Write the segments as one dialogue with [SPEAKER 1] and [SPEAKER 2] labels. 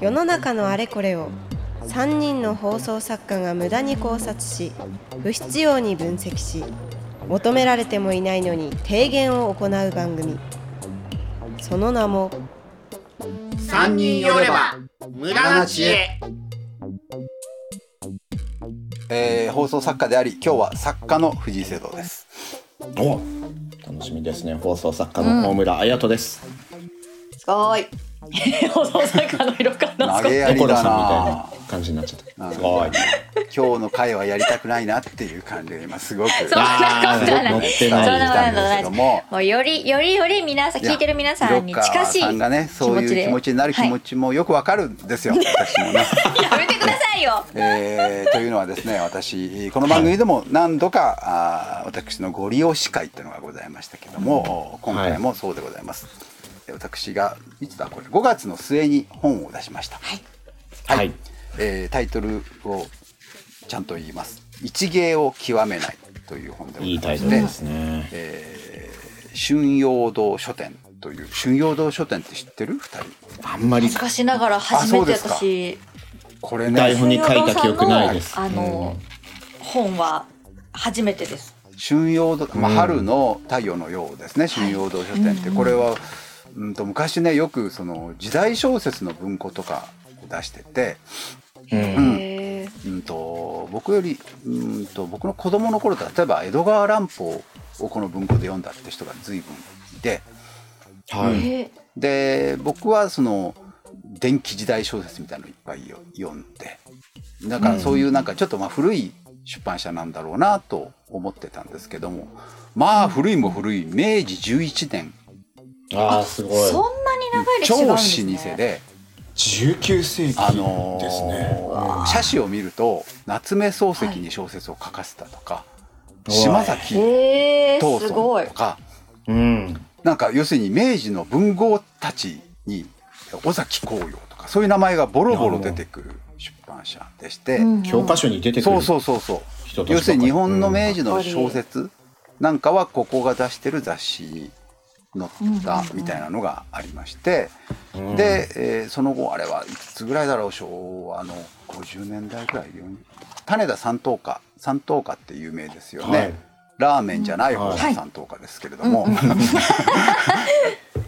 [SPEAKER 1] 世の中のあれこれを3人の放送作家が無駄に考察し不必要に分析し求められてもいないのに提言を行う番組その名も
[SPEAKER 2] 三人寄れば無駄な知恵
[SPEAKER 3] えー放送作家であり今日は作家の藤井聖堂です
[SPEAKER 4] お楽しみですね放送作家の大村彩人です、
[SPEAKER 5] すごーい。放送作家の色かな。
[SPEAKER 3] 投げや
[SPEAKER 4] 所
[SPEAKER 3] りだ
[SPEAKER 4] さんみ
[SPEAKER 3] な
[SPEAKER 4] たいな感じになっちゃった、
[SPEAKER 3] うん
[SPEAKER 4] すごい
[SPEAKER 3] 今日の回はやりたくないなっていう感じが今すごく
[SPEAKER 5] そんなことは
[SPEAKER 4] 乗っ
[SPEAKER 5] ない。
[SPEAKER 4] て
[SPEAKER 3] 伝わって
[SPEAKER 4] な
[SPEAKER 3] き
[SPEAKER 4] い
[SPEAKER 3] たんですけども
[SPEAKER 5] もうよりよりより皆さん聞いてる皆さんに
[SPEAKER 3] いや
[SPEAKER 5] 近しい
[SPEAKER 3] 色川さんがねそう
[SPEAKER 5] 気持ち
[SPEAKER 3] いう
[SPEAKER 5] で
[SPEAKER 3] 気持ちになる気持ちもよくわかるんですよ、私もね、
[SPEAKER 5] やめてくださいよ。
[SPEAKER 3] えーというのはですね私この番組でも何度かあー私のご利用司会というのがございましたけども今回もそうでございます、で私がいつだこれ5月の末に本を出しましたはい、
[SPEAKER 4] はい
[SPEAKER 3] えータイトルをちゃんと言います「一芸を極めない」という本でござい
[SPEAKER 4] いいタ
[SPEAKER 3] ま
[SPEAKER 4] イ
[SPEAKER 3] し
[SPEAKER 4] トル
[SPEAKER 3] て
[SPEAKER 4] ですね、
[SPEAKER 3] 春陽堂書店という春陽堂書店って知ってる二人
[SPEAKER 4] あんまり
[SPEAKER 5] 昔ながら初めて
[SPEAKER 3] あそう
[SPEAKER 5] 私
[SPEAKER 3] これ
[SPEAKER 4] 台
[SPEAKER 3] ね
[SPEAKER 4] 本に書いた記憶ないです
[SPEAKER 5] あの、本は初めてです。
[SPEAKER 3] 春陽堂、まあ、春の太陽のようですね、春陽堂書店ってこれは、うん、と昔ねよくその時代小説の文庫とかを出してて、
[SPEAKER 5] へ
[SPEAKER 3] うん、と僕より、うん、と僕の子供の頃例えば江戸川乱歩をこの文庫で読んだって人が随分いて
[SPEAKER 4] は
[SPEAKER 5] え。
[SPEAKER 4] い
[SPEAKER 5] へ
[SPEAKER 3] で僕はその電気時代小説みたいのいっぱいよ読んでだからそういうなんかちょっとまあ古い出版社なんだろうなと思ってたんですけどもまあ古いも古い明治11年
[SPEAKER 4] あーす
[SPEAKER 5] え
[SPEAKER 4] ごい
[SPEAKER 5] そんなに長い歴
[SPEAKER 3] 超
[SPEAKER 5] 史
[SPEAKER 3] 老
[SPEAKER 5] があ
[SPEAKER 3] 舗
[SPEAKER 5] るんですね。
[SPEAKER 3] で
[SPEAKER 4] 19世紀
[SPEAKER 3] あのー写真を見ると夏目漱石に小説を書かせたとか、
[SPEAKER 4] い
[SPEAKER 3] 島崎
[SPEAKER 5] へえ
[SPEAKER 3] 藤
[SPEAKER 5] すごい
[SPEAKER 3] 村と。か
[SPEAKER 4] うん
[SPEAKER 3] なんか要するに明治の文豪たちに尾崎紅葉とかそういう名前がボロボロ出てくる出版社でして、
[SPEAKER 4] 教科書に出てく
[SPEAKER 3] そう
[SPEAKER 4] る
[SPEAKER 3] そうそうそ
[SPEAKER 4] 人たちばか
[SPEAKER 3] う
[SPEAKER 4] り
[SPEAKER 3] 要するに日本の明治の小説なんかはここが出してる雑誌に載ったみたいなのがありまして、で、えーその後あれはいくつぐらいだろう昭和の50年代ぐらい40種田三等家三等家って有名ですよね、
[SPEAKER 4] はい
[SPEAKER 3] ラーメンじゃない方の
[SPEAKER 4] はい
[SPEAKER 3] 三等家ですけれども、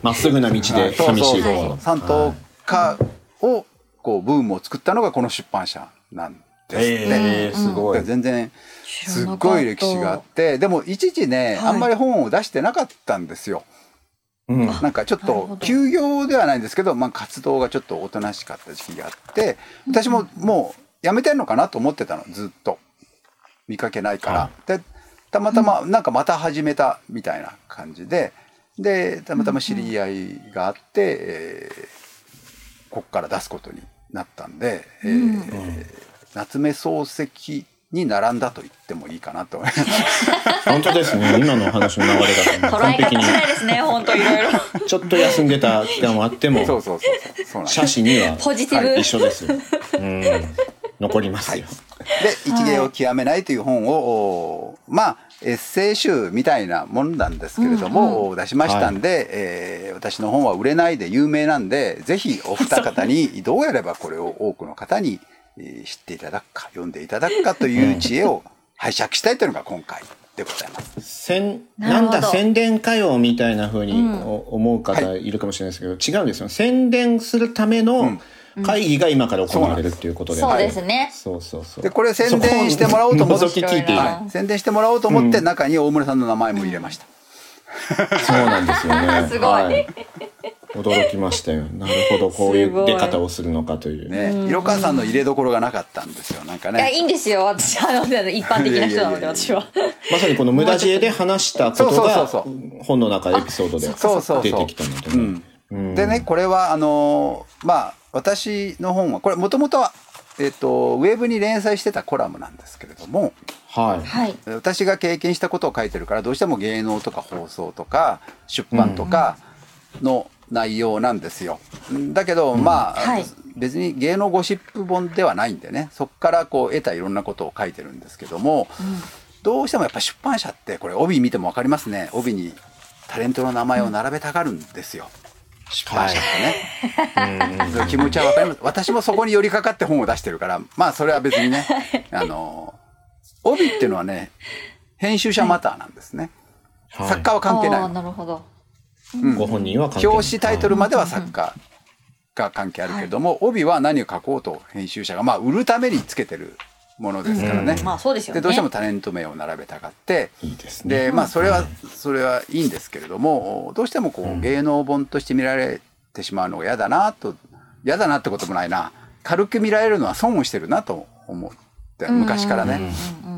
[SPEAKER 4] まっすぐな道で
[SPEAKER 3] そう
[SPEAKER 4] 寂
[SPEAKER 3] そ
[SPEAKER 4] し
[SPEAKER 3] う
[SPEAKER 4] い道
[SPEAKER 3] そう
[SPEAKER 4] 路
[SPEAKER 3] 三等家をこうブームを作ったのがこの出版社なんですって、
[SPEAKER 4] えー、すごい、
[SPEAKER 3] 全然すっ
[SPEAKER 5] なかった
[SPEAKER 3] ごい歴史があってでも一時ね、
[SPEAKER 5] は
[SPEAKER 3] あ
[SPEAKER 5] い
[SPEAKER 3] んまり本を出してなかったんですよ
[SPEAKER 4] うん、
[SPEAKER 3] なんかちょっ
[SPEAKER 5] なるほ
[SPEAKER 3] と
[SPEAKER 5] ど
[SPEAKER 3] 休業ではないんですけど、まあ、活動がちょっとおとなしかった時期があって私ももうやめてんのかなと思ってたのずっと見かけないから、
[SPEAKER 4] は
[SPEAKER 3] でたまたまなんかまた始めたみたいな感じででたまたま知り合いがあって、えーこっから出すことになったんで、えー夏目漱石に並んだと言ってもいいかなと
[SPEAKER 4] 本当ですね今のお話の流れが
[SPEAKER 5] 捉
[SPEAKER 4] 完
[SPEAKER 5] え方
[SPEAKER 4] 璧に
[SPEAKER 5] 次第ですね。本当いろ いろ
[SPEAKER 4] ちょっと休んでた期間もあっても
[SPEAKER 3] そうそうそうそうそうなんです
[SPEAKER 4] 写真には
[SPEAKER 5] ポジティブ
[SPEAKER 4] はい一緒ですよ、うん、残りますよ、
[SPEAKER 3] で「一芸を極めない」という本を、おーまあエッセイ集みたいなもんなんですけれども、おー出しましたんで、えー私の本は売れないで有名なんでぜひお二方にどうやればこれを多くの方にえー知っていただくか読んでいただくかという知恵を拝借したいというのが今回でございます。
[SPEAKER 4] せん
[SPEAKER 5] な
[SPEAKER 4] な
[SPEAKER 5] る
[SPEAKER 4] ん
[SPEAKER 5] ほど
[SPEAKER 4] だ宣伝かよみたいなふうにお思う方いるかもしれないですけど、違うんですよ宣伝するための会議が今から行われるっていうことで、
[SPEAKER 5] そうですね。
[SPEAKER 4] そうそうそう
[SPEAKER 3] でこれ宣伝してもらおうと思って
[SPEAKER 4] そこを覗き聞いている、
[SPEAKER 3] はい、宣伝してもらおうと思って中に大村さんの名前も入れました。
[SPEAKER 4] そうなんですよね
[SPEAKER 5] すごい
[SPEAKER 4] はい、驚きましたよなるほどこうい
[SPEAKER 5] すご
[SPEAKER 4] う
[SPEAKER 5] い
[SPEAKER 4] 出方をするのかという
[SPEAKER 3] ね、色川さんの入れどころがなかったんですよなんか
[SPEAKER 5] いや
[SPEAKER 3] ね。
[SPEAKER 5] いいんですよ。私あの一般的な人なの
[SPEAKER 3] いやいやいやい
[SPEAKER 5] で
[SPEAKER 3] や
[SPEAKER 5] 私は。
[SPEAKER 4] まさにこの無駄知恵で話したこと
[SPEAKER 3] そう
[SPEAKER 4] が
[SPEAKER 3] そうそう
[SPEAKER 4] 本の中エピソードで
[SPEAKER 3] そうそうそう
[SPEAKER 4] 出てきたのでねうん
[SPEAKER 3] でねこれはあのーまあ私の本はこれもともとは、えっとウェブに連載してたコラムなんですけれども
[SPEAKER 4] はい
[SPEAKER 5] はい。
[SPEAKER 3] 私が経験したことを書いてるからどうしても芸能とか放送とか出版とかの内容なんですよ。だけどまあ、
[SPEAKER 5] はい
[SPEAKER 3] 別に芸能ゴシップ本ではないんでねそこからこう得たいろんなことを書いてるんですけども、どうしてもやっぱ出版社ってこれ帯見ても分かりますね帯にタレントの名前を並べたがるんですよ。出版社ってね、そういう気持ちは分かります私もそこに寄りかかって本を出してるからまあそれは別にねあの帯っていうのはね編集者マターなんですね、
[SPEAKER 4] はい
[SPEAKER 3] 作家は関係ない
[SPEAKER 5] あーなるほど。
[SPEAKER 4] ご本人は関係ない
[SPEAKER 3] 表紙タイトルまでは作家が関係あるけれども、帯は何を書こうと編集者が、まあ、売るためにつけてるものですからね、
[SPEAKER 4] うん
[SPEAKER 5] まあそうですよね。
[SPEAKER 3] でどうしてもタレント名を並べたがって
[SPEAKER 4] いいですね
[SPEAKER 3] で、まあ、それはそれはいいんですけれどもどうしてもこう芸能本として見られてしまうのが嫌だなと嫌だなってこともないな軽く見られるのは損をしてるなと思って昔からね。
[SPEAKER 5] うん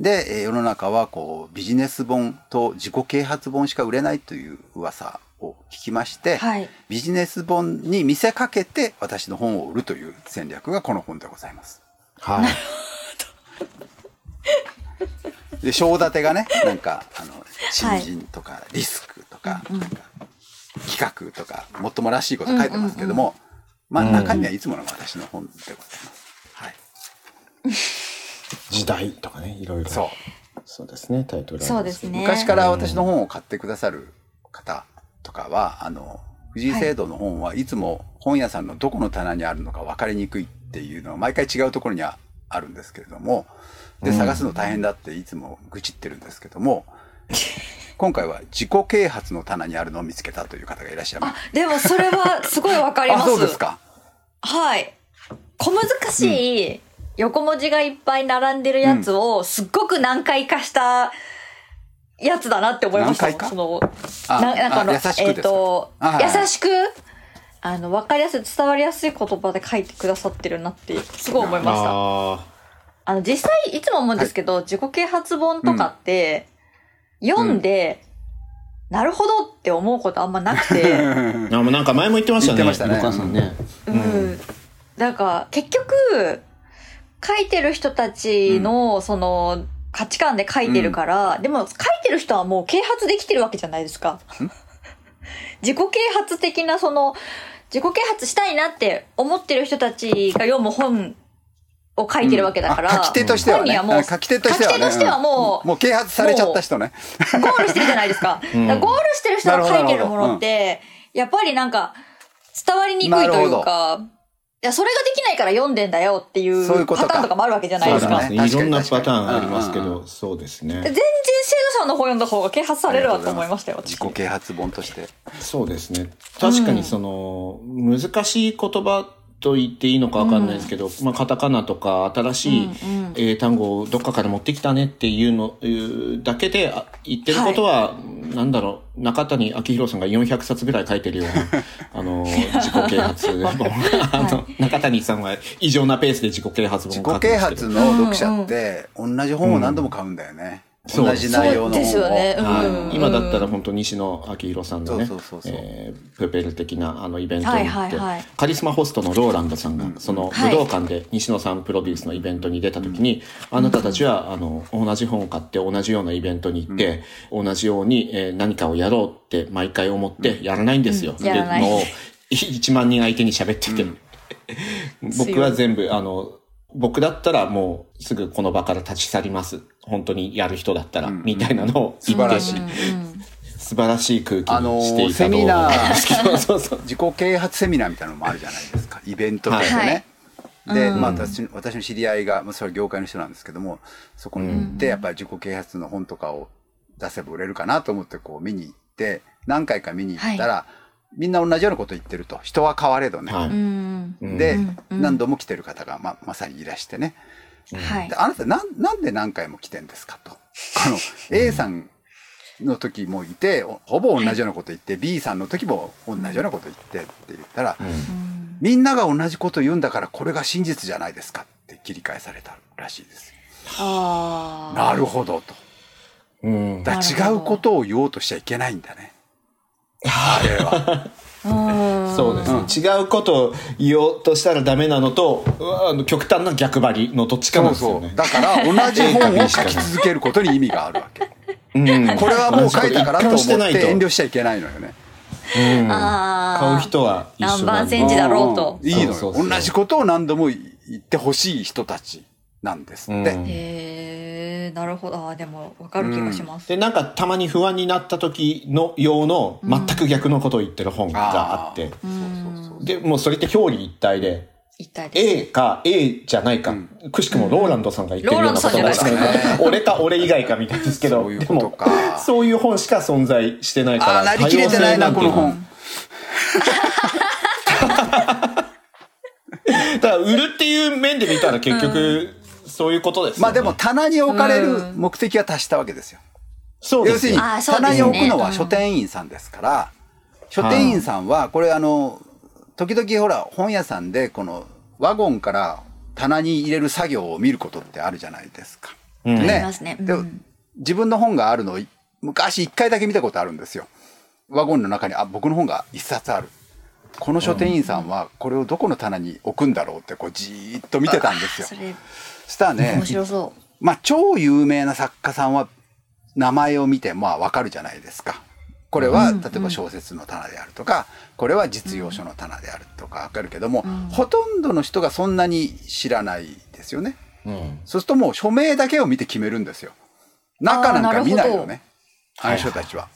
[SPEAKER 3] でえー世の中はこうビジネス本と自己啓発本しか売れないという噂を聞きまして、
[SPEAKER 5] はい
[SPEAKER 3] ビジネス本に見せかけて私の本を売るという戦略がこの本でございます。
[SPEAKER 4] はい
[SPEAKER 3] で章立てが ねなんかあの新人とかリスクとか,、なんか企画とかもっともらしいこと書いてますけども、まあ中身はいつもの私の本でございます。はい、
[SPEAKER 4] 時代とかねいろいろ
[SPEAKER 3] そう
[SPEAKER 4] そうですねタイトルあります
[SPEAKER 5] そうですね。
[SPEAKER 3] 昔から私の本を買ってくださる方とかは、あの藤井聖堂の本はいつも本屋さんのどこの棚にあるのか分かりにくいっていうのは毎回違うところにはあるんですけれどもで探すの大変だっていつも愚痴ってるんですけども、今回は自己啓発の棚にあるのを見つけたという方がいらっしゃいます。
[SPEAKER 5] でもそれはすごいわかり
[SPEAKER 3] あ
[SPEAKER 5] ます。
[SPEAKER 3] そうですか
[SPEAKER 5] はい。小難しい横文字がいっぱい並んでるやつを、すっごく難解化したやつだなって思いましたもん。
[SPEAKER 3] 難解化
[SPEAKER 5] その、
[SPEAKER 3] あ
[SPEAKER 5] か
[SPEAKER 3] あ優しくですか
[SPEAKER 5] えっ、と、
[SPEAKER 3] あはいはい
[SPEAKER 5] 優しく、あの、わかりやすい、伝わりやすい言葉で書いてくださってるなって、すごい思いました。あ
[SPEAKER 4] あ
[SPEAKER 5] の、実際、いつも思うんですけど、自己啓発本とかって、読んで、なるほどって思うことあんまなく て、
[SPEAKER 4] ーあもうなんか前も言ってましたね
[SPEAKER 3] 言ってましたね
[SPEAKER 4] お母さんね
[SPEAKER 5] うん、なんか結局書いてる人たちのその価値観で書いてるから、でも書いてる人はもう啓発できてるわけじゃないですか。 自己啓発的なその自己啓発したいなって思ってる人たちが読む本を書いてるわけだから、
[SPEAKER 3] あ書き手としては
[SPEAKER 5] 本
[SPEAKER 3] ね
[SPEAKER 5] 人はもう
[SPEAKER 3] 書き手としてはね
[SPEAKER 5] 書き手としてはもう
[SPEAKER 3] もう啓発されちゃった人ね
[SPEAKER 5] ゴールしてるじゃないですか。
[SPEAKER 4] ん
[SPEAKER 5] だからゴールしてる人が書いてるものって、やっぱりなんか、伝わりにくいというか、いや、それができないから読んでんだよっていう
[SPEAKER 3] そういうこと
[SPEAKER 5] パ
[SPEAKER 3] か
[SPEAKER 5] ターンとかもあるわけじゃない
[SPEAKER 4] そ
[SPEAKER 5] で
[SPEAKER 4] う
[SPEAKER 5] す
[SPEAKER 3] だ
[SPEAKER 5] か。
[SPEAKER 4] ですねいろんなパターンありますけ
[SPEAKER 3] うんうん
[SPEAKER 4] どそうです
[SPEAKER 5] 全
[SPEAKER 4] ね
[SPEAKER 5] 然制度さんの本読んだ方が啓発されるわと思いましたよ、
[SPEAKER 3] 自己啓発本として
[SPEAKER 4] そうですね確かにその難しい言葉と言っていいのかわかんないですけど、まあカタカナとか新しい、
[SPEAKER 5] うんうん
[SPEAKER 4] えー単語をどっかから持ってきたねっていうのいうだけであ言ってることは、なんだろう中谷明宏さんが400冊ぐらい書いてるよう なあの自己啓発本が、 あの中谷さんは異常なペースで自己啓発本
[SPEAKER 3] 自
[SPEAKER 4] を書く
[SPEAKER 3] 己
[SPEAKER 4] ん
[SPEAKER 3] 啓
[SPEAKER 4] ですけど
[SPEAKER 3] 発の読者って同じ本を何度も買うんだよね、
[SPEAKER 4] うん
[SPEAKER 3] 同じ内容の本を
[SPEAKER 5] そうですよねうん
[SPEAKER 4] はい
[SPEAKER 5] うん
[SPEAKER 4] 今だったら本当西野明宏さんのね
[SPEAKER 3] そうそうそうそう
[SPEAKER 4] えープペル的なあのイベントに行って、
[SPEAKER 5] はいはいはい
[SPEAKER 4] カリスマホストのローランドさんが、その
[SPEAKER 5] は
[SPEAKER 4] 武
[SPEAKER 5] い
[SPEAKER 4] 道館で西野さんプロデュースのイベントに出た時に、あなたたちはあの同じ本を買って同じようなイベントに行って、同じように、えー何かをやろうって毎回思ってやらないんですよ、って
[SPEAKER 5] やらない
[SPEAKER 4] のを1万人相手に喋ってて、 僕は全部あの僕だったらもうすぐこの場から立ち去ります本当にやる人だったら、みたいなのを
[SPEAKER 3] 素晴らしい、
[SPEAKER 4] 素晴らしい空気
[SPEAKER 3] あの
[SPEAKER 4] にしていた
[SPEAKER 3] セ
[SPEAKER 4] 動
[SPEAKER 3] ミ
[SPEAKER 4] 画
[SPEAKER 3] ナ
[SPEAKER 4] なんですけど、
[SPEAKER 3] ー
[SPEAKER 4] そうそう。
[SPEAKER 3] 自己啓発セミナーみたいなのもあるじゃないですかイベントとしてね、で、まあ、私の私の知り合いが、まあ、それは業界の人なんですけどもそこに行ってやっぱり自己啓発の本とかを出せば売れるかなと思ってこう見に行って何回か見に行ったら、みんな同じようなこと言ってると人は変われどね、
[SPEAKER 4] はい
[SPEAKER 5] うん。
[SPEAKER 4] うん
[SPEAKER 3] で、
[SPEAKER 5] うん
[SPEAKER 3] 何度も来てる方がままさにいらしてね、
[SPEAKER 5] はい
[SPEAKER 3] で。あなたなんなんで何回も来てんですかと。この A さんの時もいておほぼ同じようなこと言って B さんの時も同じようなこと言ってって言ったら、みんなが同じこと言うんだからこれが真実じゃないですかって切り返されたらしいです。
[SPEAKER 5] あ
[SPEAKER 3] なるほどと。
[SPEAKER 4] うん
[SPEAKER 3] だ
[SPEAKER 5] な
[SPEAKER 3] 違
[SPEAKER 5] る
[SPEAKER 3] う
[SPEAKER 5] ほど
[SPEAKER 3] ことを言おうとしちゃいけないんだね。 あれは。
[SPEAKER 5] あ。うん。
[SPEAKER 4] そうですね、違うことを言おうとしたらダメなのとうわあの極端な逆張りのどっちか
[SPEAKER 3] そ
[SPEAKER 4] なん
[SPEAKER 3] う
[SPEAKER 4] ですよ
[SPEAKER 3] そ
[SPEAKER 4] ね
[SPEAKER 3] う。だから同じ本を書き続けることに意味があるわけ。
[SPEAKER 4] うん
[SPEAKER 3] これはもう書いたからと思っ
[SPEAKER 4] 同じこと一貫してない
[SPEAKER 3] て
[SPEAKER 4] と
[SPEAKER 3] 遠慮しちゃいけないのよね。
[SPEAKER 4] うん
[SPEAKER 5] あー
[SPEAKER 4] 買う人は一緒なん
[SPEAKER 5] 何番センチだろうと
[SPEAKER 3] んいいのよ
[SPEAKER 4] そうそうそう
[SPEAKER 3] 同じことを何度も言ってほしい人たちなんですって、
[SPEAKER 4] うん
[SPEAKER 5] へえなるほど。ああ、でも、わかる気がします。
[SPEAKER 4] で、なんかたまに不安になった時の用の全く逆のことを言ってる本があって、
[SPEAKER 5] うん
[SPEAKER 4] で、もうそれって表裏一体で、
[SPEAKER 5] 一体です。
[SPEAKER 4] A か A じゃないか、
[SPEAKER 3] うん
[SPEAKER 4] くしくもローランドさんが言ってるようなこと
[SPEAKER 5] ローランドさんじゃない
[SPEAKER 4] から、俺か俺以外かみたいですけど、
[SPEAKER 3] そういうことか
[SPEAKER 4] でもそういう本しか存在してないから、
[SPEAKER 3] ああ、なりきれてないな、
[SPEAKER 4] 多
[SPEAKER 3] こ
[SPEAKER 4] 様性
[SPEAKER 3] の
[SPEAKER 4] んていう
[SPEAKER 3] 本。
[SPEAKER 4] だから売るっていう面で見たら結局、そういうことですよね、
[SPEAKER 3] まあでも、棚に置かれる目的は達したわけですよ。
[SPEAKER 4] そうで
[SPEAKER 3] 要
[SPEAKER 4] す
[SPEAKER 3] する
[SPEAKER 4] よ
[SPEAKER 3] に、
[SPEAKER 5] あそうで
[SPEAKER 3] 棚
[SPEAKER 5] すね
[SPEAKER 3] に置くのは書店員さんですから、書店員さんは、これあの、時々ほら、本屋さんで、この、ワゴンから棚に入れる作業を見ることってあるじゃないですか。
[SPEAKER 4] うん
[SPEAKER 5] ありますねうん
[SPEAKER 3] で自分の本があるのを、昔一回だけ見たことあるんですよ。ワゴンの中に、あ、僕の本が一冊ある。この書店員さんは、これをどこの棚に置くんだろうって、こう、じーっと見てたんですよ
[SPEAKER 5] そ。れ、
[SPEAKER 3] したらね
[SPEAKER 5] 面、白そ
[SPEAKER 3] まあ、超有名な作家さんは名前を見てまあわかるじゃないですか。これは例えば小説の棚であるとか、これは実用書の棚であるとかわかるけども、ほとんどの人がそんなに知らないですよね。
[SPEAKER 4] うん
[SPEAKER 3] そうするともう署名だけを見て決めるんですよ。中なんか見ないよね。あ
[SPEAKER 4] な
[SPEAKER 3] の
[SPEAKER 4] るほ
[SPEAKER 3] 人
[SPEAKER 4] ど
[SPEAKER 3] たちは。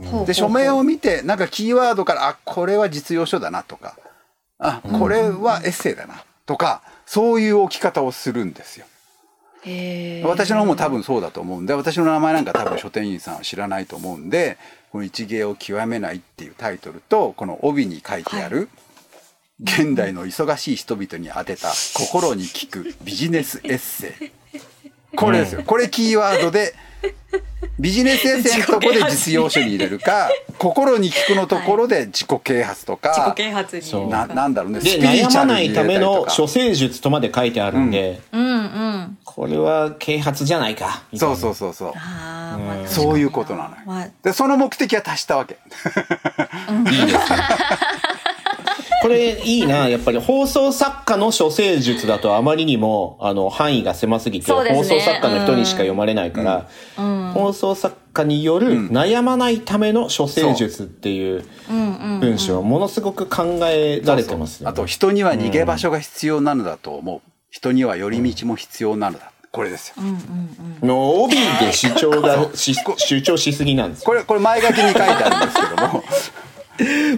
[SPEAKER 5] う。ほうほうほう
[SPEAKER 3] で署名を見てなんかキーワードからあこれは実用書だなとかあこれはエッセイだなとかそういう置き方をするんですよ。
[SPEAKER 5] へー
[SPEAKER 3] 私の方も多分そうだと思うんで私の名前なんか多分書店員さんは知らないと思うんで「この一芸を極めない」っていうタイトルとこの帯に書いてある、現代の忙しい人々に当てた心に効くビジネスエッセイ」これですよ、これキーワードでビジネスエッセイのとこで実用書に入れる か「心に効く」のところで自己啓発と
[SPEAKER 5] 自
[SPEAKER 3] か
[SPEAKER 5] 己、啓発に。
[SPEAKER 4] そう
[SPEAKER 3] ななんだろうね
[SPEAKER 4] で、悩まないための
[SPEAKER 3] 書
[SPEAKER 4] 処世術とまで書いてあるんで、
[SPEAKER 5] うんうん。
[SPEAKER 4] これは啓発じゃないか。みた
[SPEAKER 3] そう
[SPEAKER 4] いな
[SPEAKER 3] そうそうそう
[SPEAKER 5] ああ、まあ、
[SPEAKER 3] そういうことなのよ。
[SPEAKER 5] まあ、
[SPEAKER 3] でその目的は達したわけ。
[SPEAKER 4] これいいな、やっぱり放送作家の処世術だとあまりにもあの範囲が狭すぎて、
[SPEAKER 5] そうですね
[SPEAKER 4] 放送作家の人にしか読まれないから、放送作家による悩まないための処世術っていう文章はものすごく考えられてますよ
[SPEAKER 3] あ
[SPEAKER 4] ね。
[SPEAKER 3] と人には逃げ場所が必要なのだと思う、人には寄り道も必要なのだこれですよ、
[SPEAKER 4] の帯で主張がし主張しすぎなんですよ。
[SPEAKER 3] これこれ前書きに書いてあるんですけども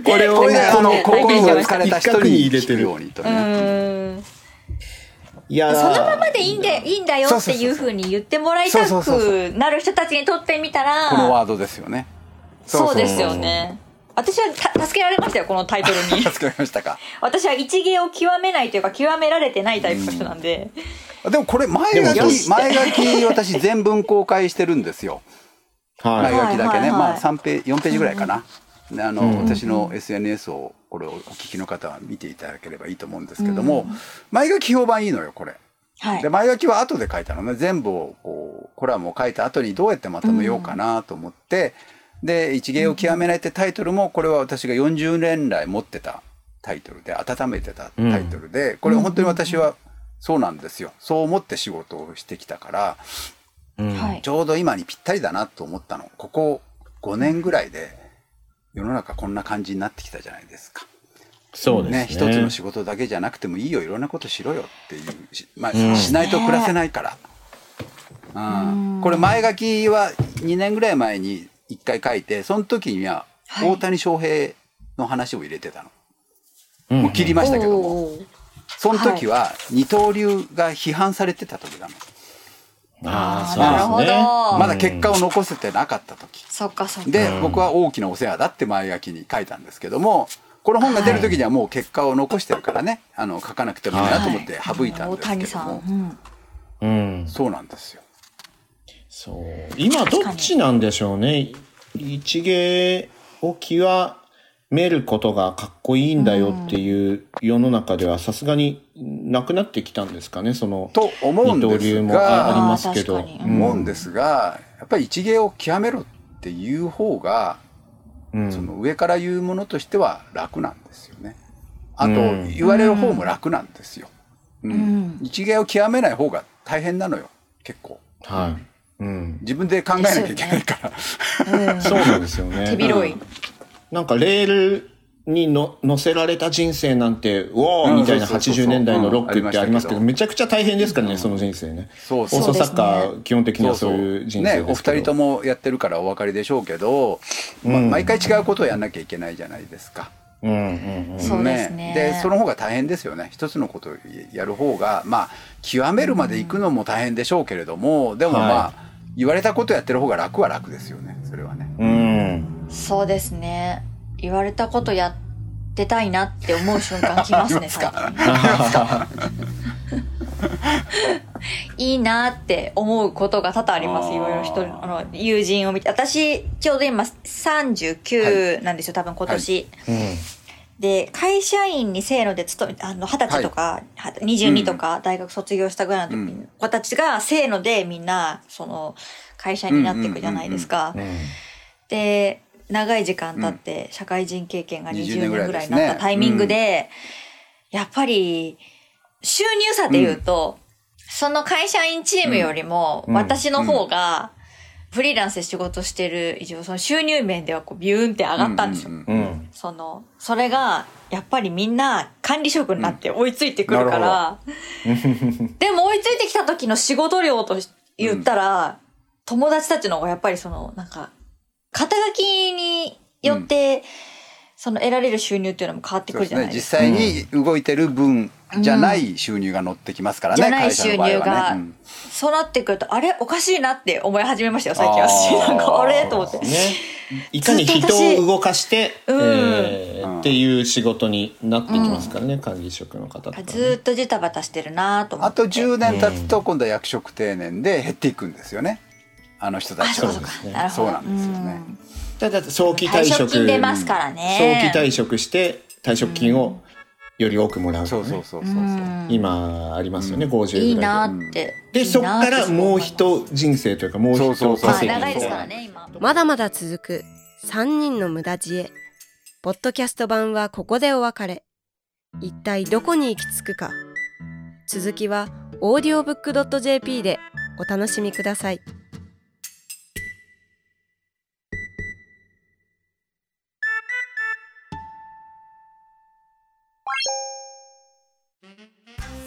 [SPEAKER 4] これ
[SPEAKER 3] こ
[SPEAKER 4] を
[SPEAKER 3] れ
[SPEAKER 4] ね
[SPEAKER 3] で
[SPEAKER 4] こ
[SPEAKER 3] あ
[SPEAKER 4] の
[SPEAKER 3] の
[SPEAKER 4] こ
[SPEAKER 3] 心
[SPEAKER 4] こ
[SPEAKER 3] が疲れた人に聞くよう
[SPEAKER 4] い
[SPEAKER 3] にとね
[SPEAKER 5] うん。
[SPEAKER 4] やー
[SPEAKER 5] そのままでいいんで、いいんだよっていうふうに言ってもらいた
[SPEAKER 3] そうそうそうそ
[SPEAKER 5] くなる人たちにとってみたら、
[SPEAKER 3] このワードですよね
[SPEAKER 5] そうですよね。私はた助けられましたよ、このタイトル に。
[SPEAKER 3] 助かりましたか
[SPEAKER 5] 私は一芸を極めないというか、極められてないタイプの人なんで。
[SPEAKER 3] でもこれ前
[SPEAKER 4] でも
[SPEAKER 3] 書
[SPEAKER 4] よ
[SPEAKER 3] き
[SPEAKER 5] し
[SPEAKER 3] 前書き私全文公開してるんですよ
[SPEAKER 4] は
[SPEAKER 3] 前
[SPEAKER 4] い
[SPEAKER 3] 書きだけ
[SPEAKER 5] はいはいは
[SPEAKER 3] ね、
[SPEAKER 5] い
[SPEAKER 3] まあ3ページ4ページぐらいかな、であの、私の SNS をこれをお聞きの方は見ていただければいいと思うんですけども、前書き評判いいのよこれ。
[SPEAKER 5] はい
[SPEAKER 3] で。前書きは後で書いたのね全部をこうコラムを書いた後にどうやってまとめようかなと思って、で「一芸を極めない」ってタイトルもこれは私が40年来持ってたタイトルで温めてたタイトルで、これ本当に私はそうなんですよそう思って仕事をしてきたから
[SPEAKER 5] はい
[SPEAKER 3] ち。ょうど今にぴったりだなと思ったのここ5年ぐらいで世の中こんな感じになってきたじゃないですか。
[SPEAKER 4] そうですね
[SPEAKER 3] ね、一つの仕事だけじゃなくてもいいよいろんなことしろよっていうし,、まあ、しないと暮らせないから、うんこれ前書きは2年ぐらい前に1回書いてその時には
[SPEAKER 5] はい
[SPEAKER 3] 大谷翔平の話を入れてたの、
[SPEAKER 4] うん
[SPEAKER 3] もう切りましたけども、
[SPEAKER 5] おー
[SPEAKER 3] その時は二刀流が批判されてた時なの、
[SPEAKER 4] あ
[SPEAKER 5] なる
[SPEAKER 4] あ、そう
[SPEAKER 5] ほ
[SPEAKER 4] ですね。
[SPEAKER 5] ど。
[SPEAKER 3] まだ結果を残せてなかった時
[SPEAKER 5] そっかそっか。
[SPEAKER 3] で、僕は大きなお世話だって前書きに書いたんですけどもこの本が出る時にはもう結果を残してるからね、あの書かなくてもいいなと思って省いたん
[SPEAKER 5] 大
[SPEAKER 3] ですけ
[SPEAKER 5] 谷
[SPEAKER 3] ど
[SPEAKER 5] さ
[SPEAKER 3] も、
[SPEAKER 5] ん。うん
[SPEAKER 4] うん。
[SPEAKER 3] そうなんですよ。
[SPEAKER 4] そう。今どっちなんでしょうね。一芸を極めることがかっこいいんだよっていう世の中ではさすがになくなってきたんですかね、その。
[SPEAKER 3] と思うん
[SPEAKER 4] 二刀
[SPEAKER 3] で
[SPEAKER 4] 流
[SPEAKER 3] す
[SPEAKER 4] もああり
[SPEAKER 3] が、
[SPEAKER 4] ますけど。
[SPEAKER 5] あー確かに
[SPEAKER 3] 思うん
[SPEAKER 4] で。
[SPEAKER 3] ですが、やっぱり一芸を極めろっていう方が、
[SPEAKER 4] うん
[SPEAKER 3] その上から言うものとしては楽なんですよね。あと、
[SPEAKER 4] うん
[SPEAKER 3] 言われる方も楽なんですよ。うん
[SPEAKER 5] ん
[SPEAKER 3] 一芸を極めない方が大変なのよ、結構。
[SPEAKER 4] はい。うん。
[SPEAKER 3] 自分で考えなきゃいけないから。
[SPEAKER 4] そうなんですよね。
[SPEAKER 5] 手広い。
[SPEAKER 4] なんかレールにの乗せられた人生なんて、うおーみたい
[SPEAKER 3] う
[SPEAKER 4] な
[SPEAKER 3] んそうそうそうそう
[SPEAKER 4] 80年代のロックってありますけど、
[SPEAKER 3] うん
[SPEAKER 4] めちゃくちゃ大変ですからね、その人生ね。
[SPEAKER 3] そう
[SPEAKER 4] 放送作家
[SPEAKER 5] そうです、
[SPEAKER 4] 基本的にはそういう人生
[SPEAKER 3] ねお
[SPEAKER 4] ですけ
[SPEAKER 3] 二
[SPEAKER 4] ど。
[SPEAKER 3] 人ともやってるからお分かりでしょうけど、ま
[SPEAKER 4] うん
[SPEAKER 3] 毎回違うことをやんなきゃいけないじゃないですか。
[SPEAKER 4] うんうんうん。
[SPEAKER 5] そうですね
[SPEAKER 3] でその方が大変ですよね一つのことをやる方がまあ極めるまで行くのも大変でしょうけれども、でもまあ、
[SPEAKER 4] は
[SPEAKER 3] 言われたことやってる方が楽は楽ですよねそれはね。
[SPEAKER 4] うん。
[SPEAKER 5] そうですね。言われたことやってたいなって思う瞬間来ますね、最近。いいなって思うことが多々あります。
[SPEAKER 3] あー
[SPEAKER 5] いろいろ人、あの、友人を見て。私、ちょうど今39なんですよ、多分今年。
[SPEAKER 4] う
[SPEAKER 5] で、会社員にせーので勤め、あの、20歳とか、は22とか、大学卒業したぐらいの時
[SPEAKER 3] う
[SPEAKER 5] に、子たちがせーのでみんな、その、会社員になっていくじゃないですか。
[SPEAKER 4] ん。
[SPEAKER 5] で長い時間経って社会人経験が
[SPEAKER 3] 20
[SPEAKER 5] 20
[SPEAKER 3] 年ぐ
[SPEAKER 5] 年ぐ
[SPEAKER 3] らい
[SPEAKER 5] らいになったタイミングでやっぱり収入差で言うと、その会社員チームよりも
[SPEAKER 4] うん
[SPEAKER 5] 私の方がフリーランスで仕事してる以上その収入面ではこうビューンって上がったんですよ。
[SPEAKER 3] うう
[SPEAKER 4] うん。うん。
[SPEAKER 5] そのそれがやっぱりみんな管理職になって追いついてくるから、でも追いついてきた時の仕事量とし言ったら、友達たちの方がやっぱりそのなんか肩書きによって、その得られる収入っていうのも変わって
[SPEAKER 3] そ
[SPEAKER 5] く
[SPEAKER 3] うで
[SPEAKER 5] る
[SPEAKER 3] す
[SPEAKER 5] じゃな
[SPEAKER 3] ね
[SPEAKER 5] いで
[SPEAKER 3] 実
[SPEAKER 5] すか。
[SPEAKER 3] 際に動いてる分じゃない収入が乗ってきますからね、
[SPEAKER 5] じゃない
[SPEAKER 3] 会社の場合はね
[SPEAKER 5] 収入が
[SPEAKER 3] うん
[SPEAKER 5] そうなってくると、あれおかしいなって思い始めましたよ、最近私。
[SPEAKER 3] あー
[SPEAKER 5] なんか、あれと思って。
[SPEAKER 4] ね。いかに人を動かして、
[SPEAKER 5] うん
[SPEAKER 4] え
[SPEAKER 3] うん
[SPEAKER 4] ーっていう仕事になってきますからね、管理職の方とかね。
[SPEAKER 5] ずーっとジタバタしてるなーと思
[SPEAKER 3] あ
[SPEAKER 5] って。
[SPEAKER 3] と10年経つと今度は役職定年で減っていくんですよねあの人た
[SPEAKER 5] あ、
[SPEAKER 3] ち
[SPEAKER 5] そう
[SPEAKER 3] は
[SPEAKER 5] かそ
[SPEAKER 4] そ
[SPEAKER 5] う
[SPEAKER 4] うですね
[SPEAKER 5] か。なるほど。
[SPEAKER 3] そうなんですよね
[SPEAKER 5] うん
[SPEAKER 4] ただ早期退
[SPEAKER 5] 退
[SPEAKER 4] 職
[SPEAKER 5] 職金出ますからね。
[SPEAKER 4] 早期退職して退職金をより多くもらう
[SPEAKER 3] そ
[SPEAKER 4] とかね、
[SPEAKER 3] うそうそうそう
[SPEAKER 5] うん
[SPEAKER 4] 今ありますよね、50ぐらいで
[SPEAKER 5] いいなって。い
[SPEAKER 4] で
[SPEAKER 5] いな
[SPEAKER 4] そっからもう
[SPEAKER 5] って
[SPEAKER 4] 一人生というかもう一
[SPEAKER 3] そうそうそう
[SPEAKER 5] まあ
[SPEAKER 4] 稼ぎ
[SPEAKER 5] 長いですからね、今。
[SPEAKER 1] まだまだ続く3人の無駄知恵。ポッドキャスト版はここでお別れ。一体どこに行き着くか。続きは audiobook.jp でお楽しみください。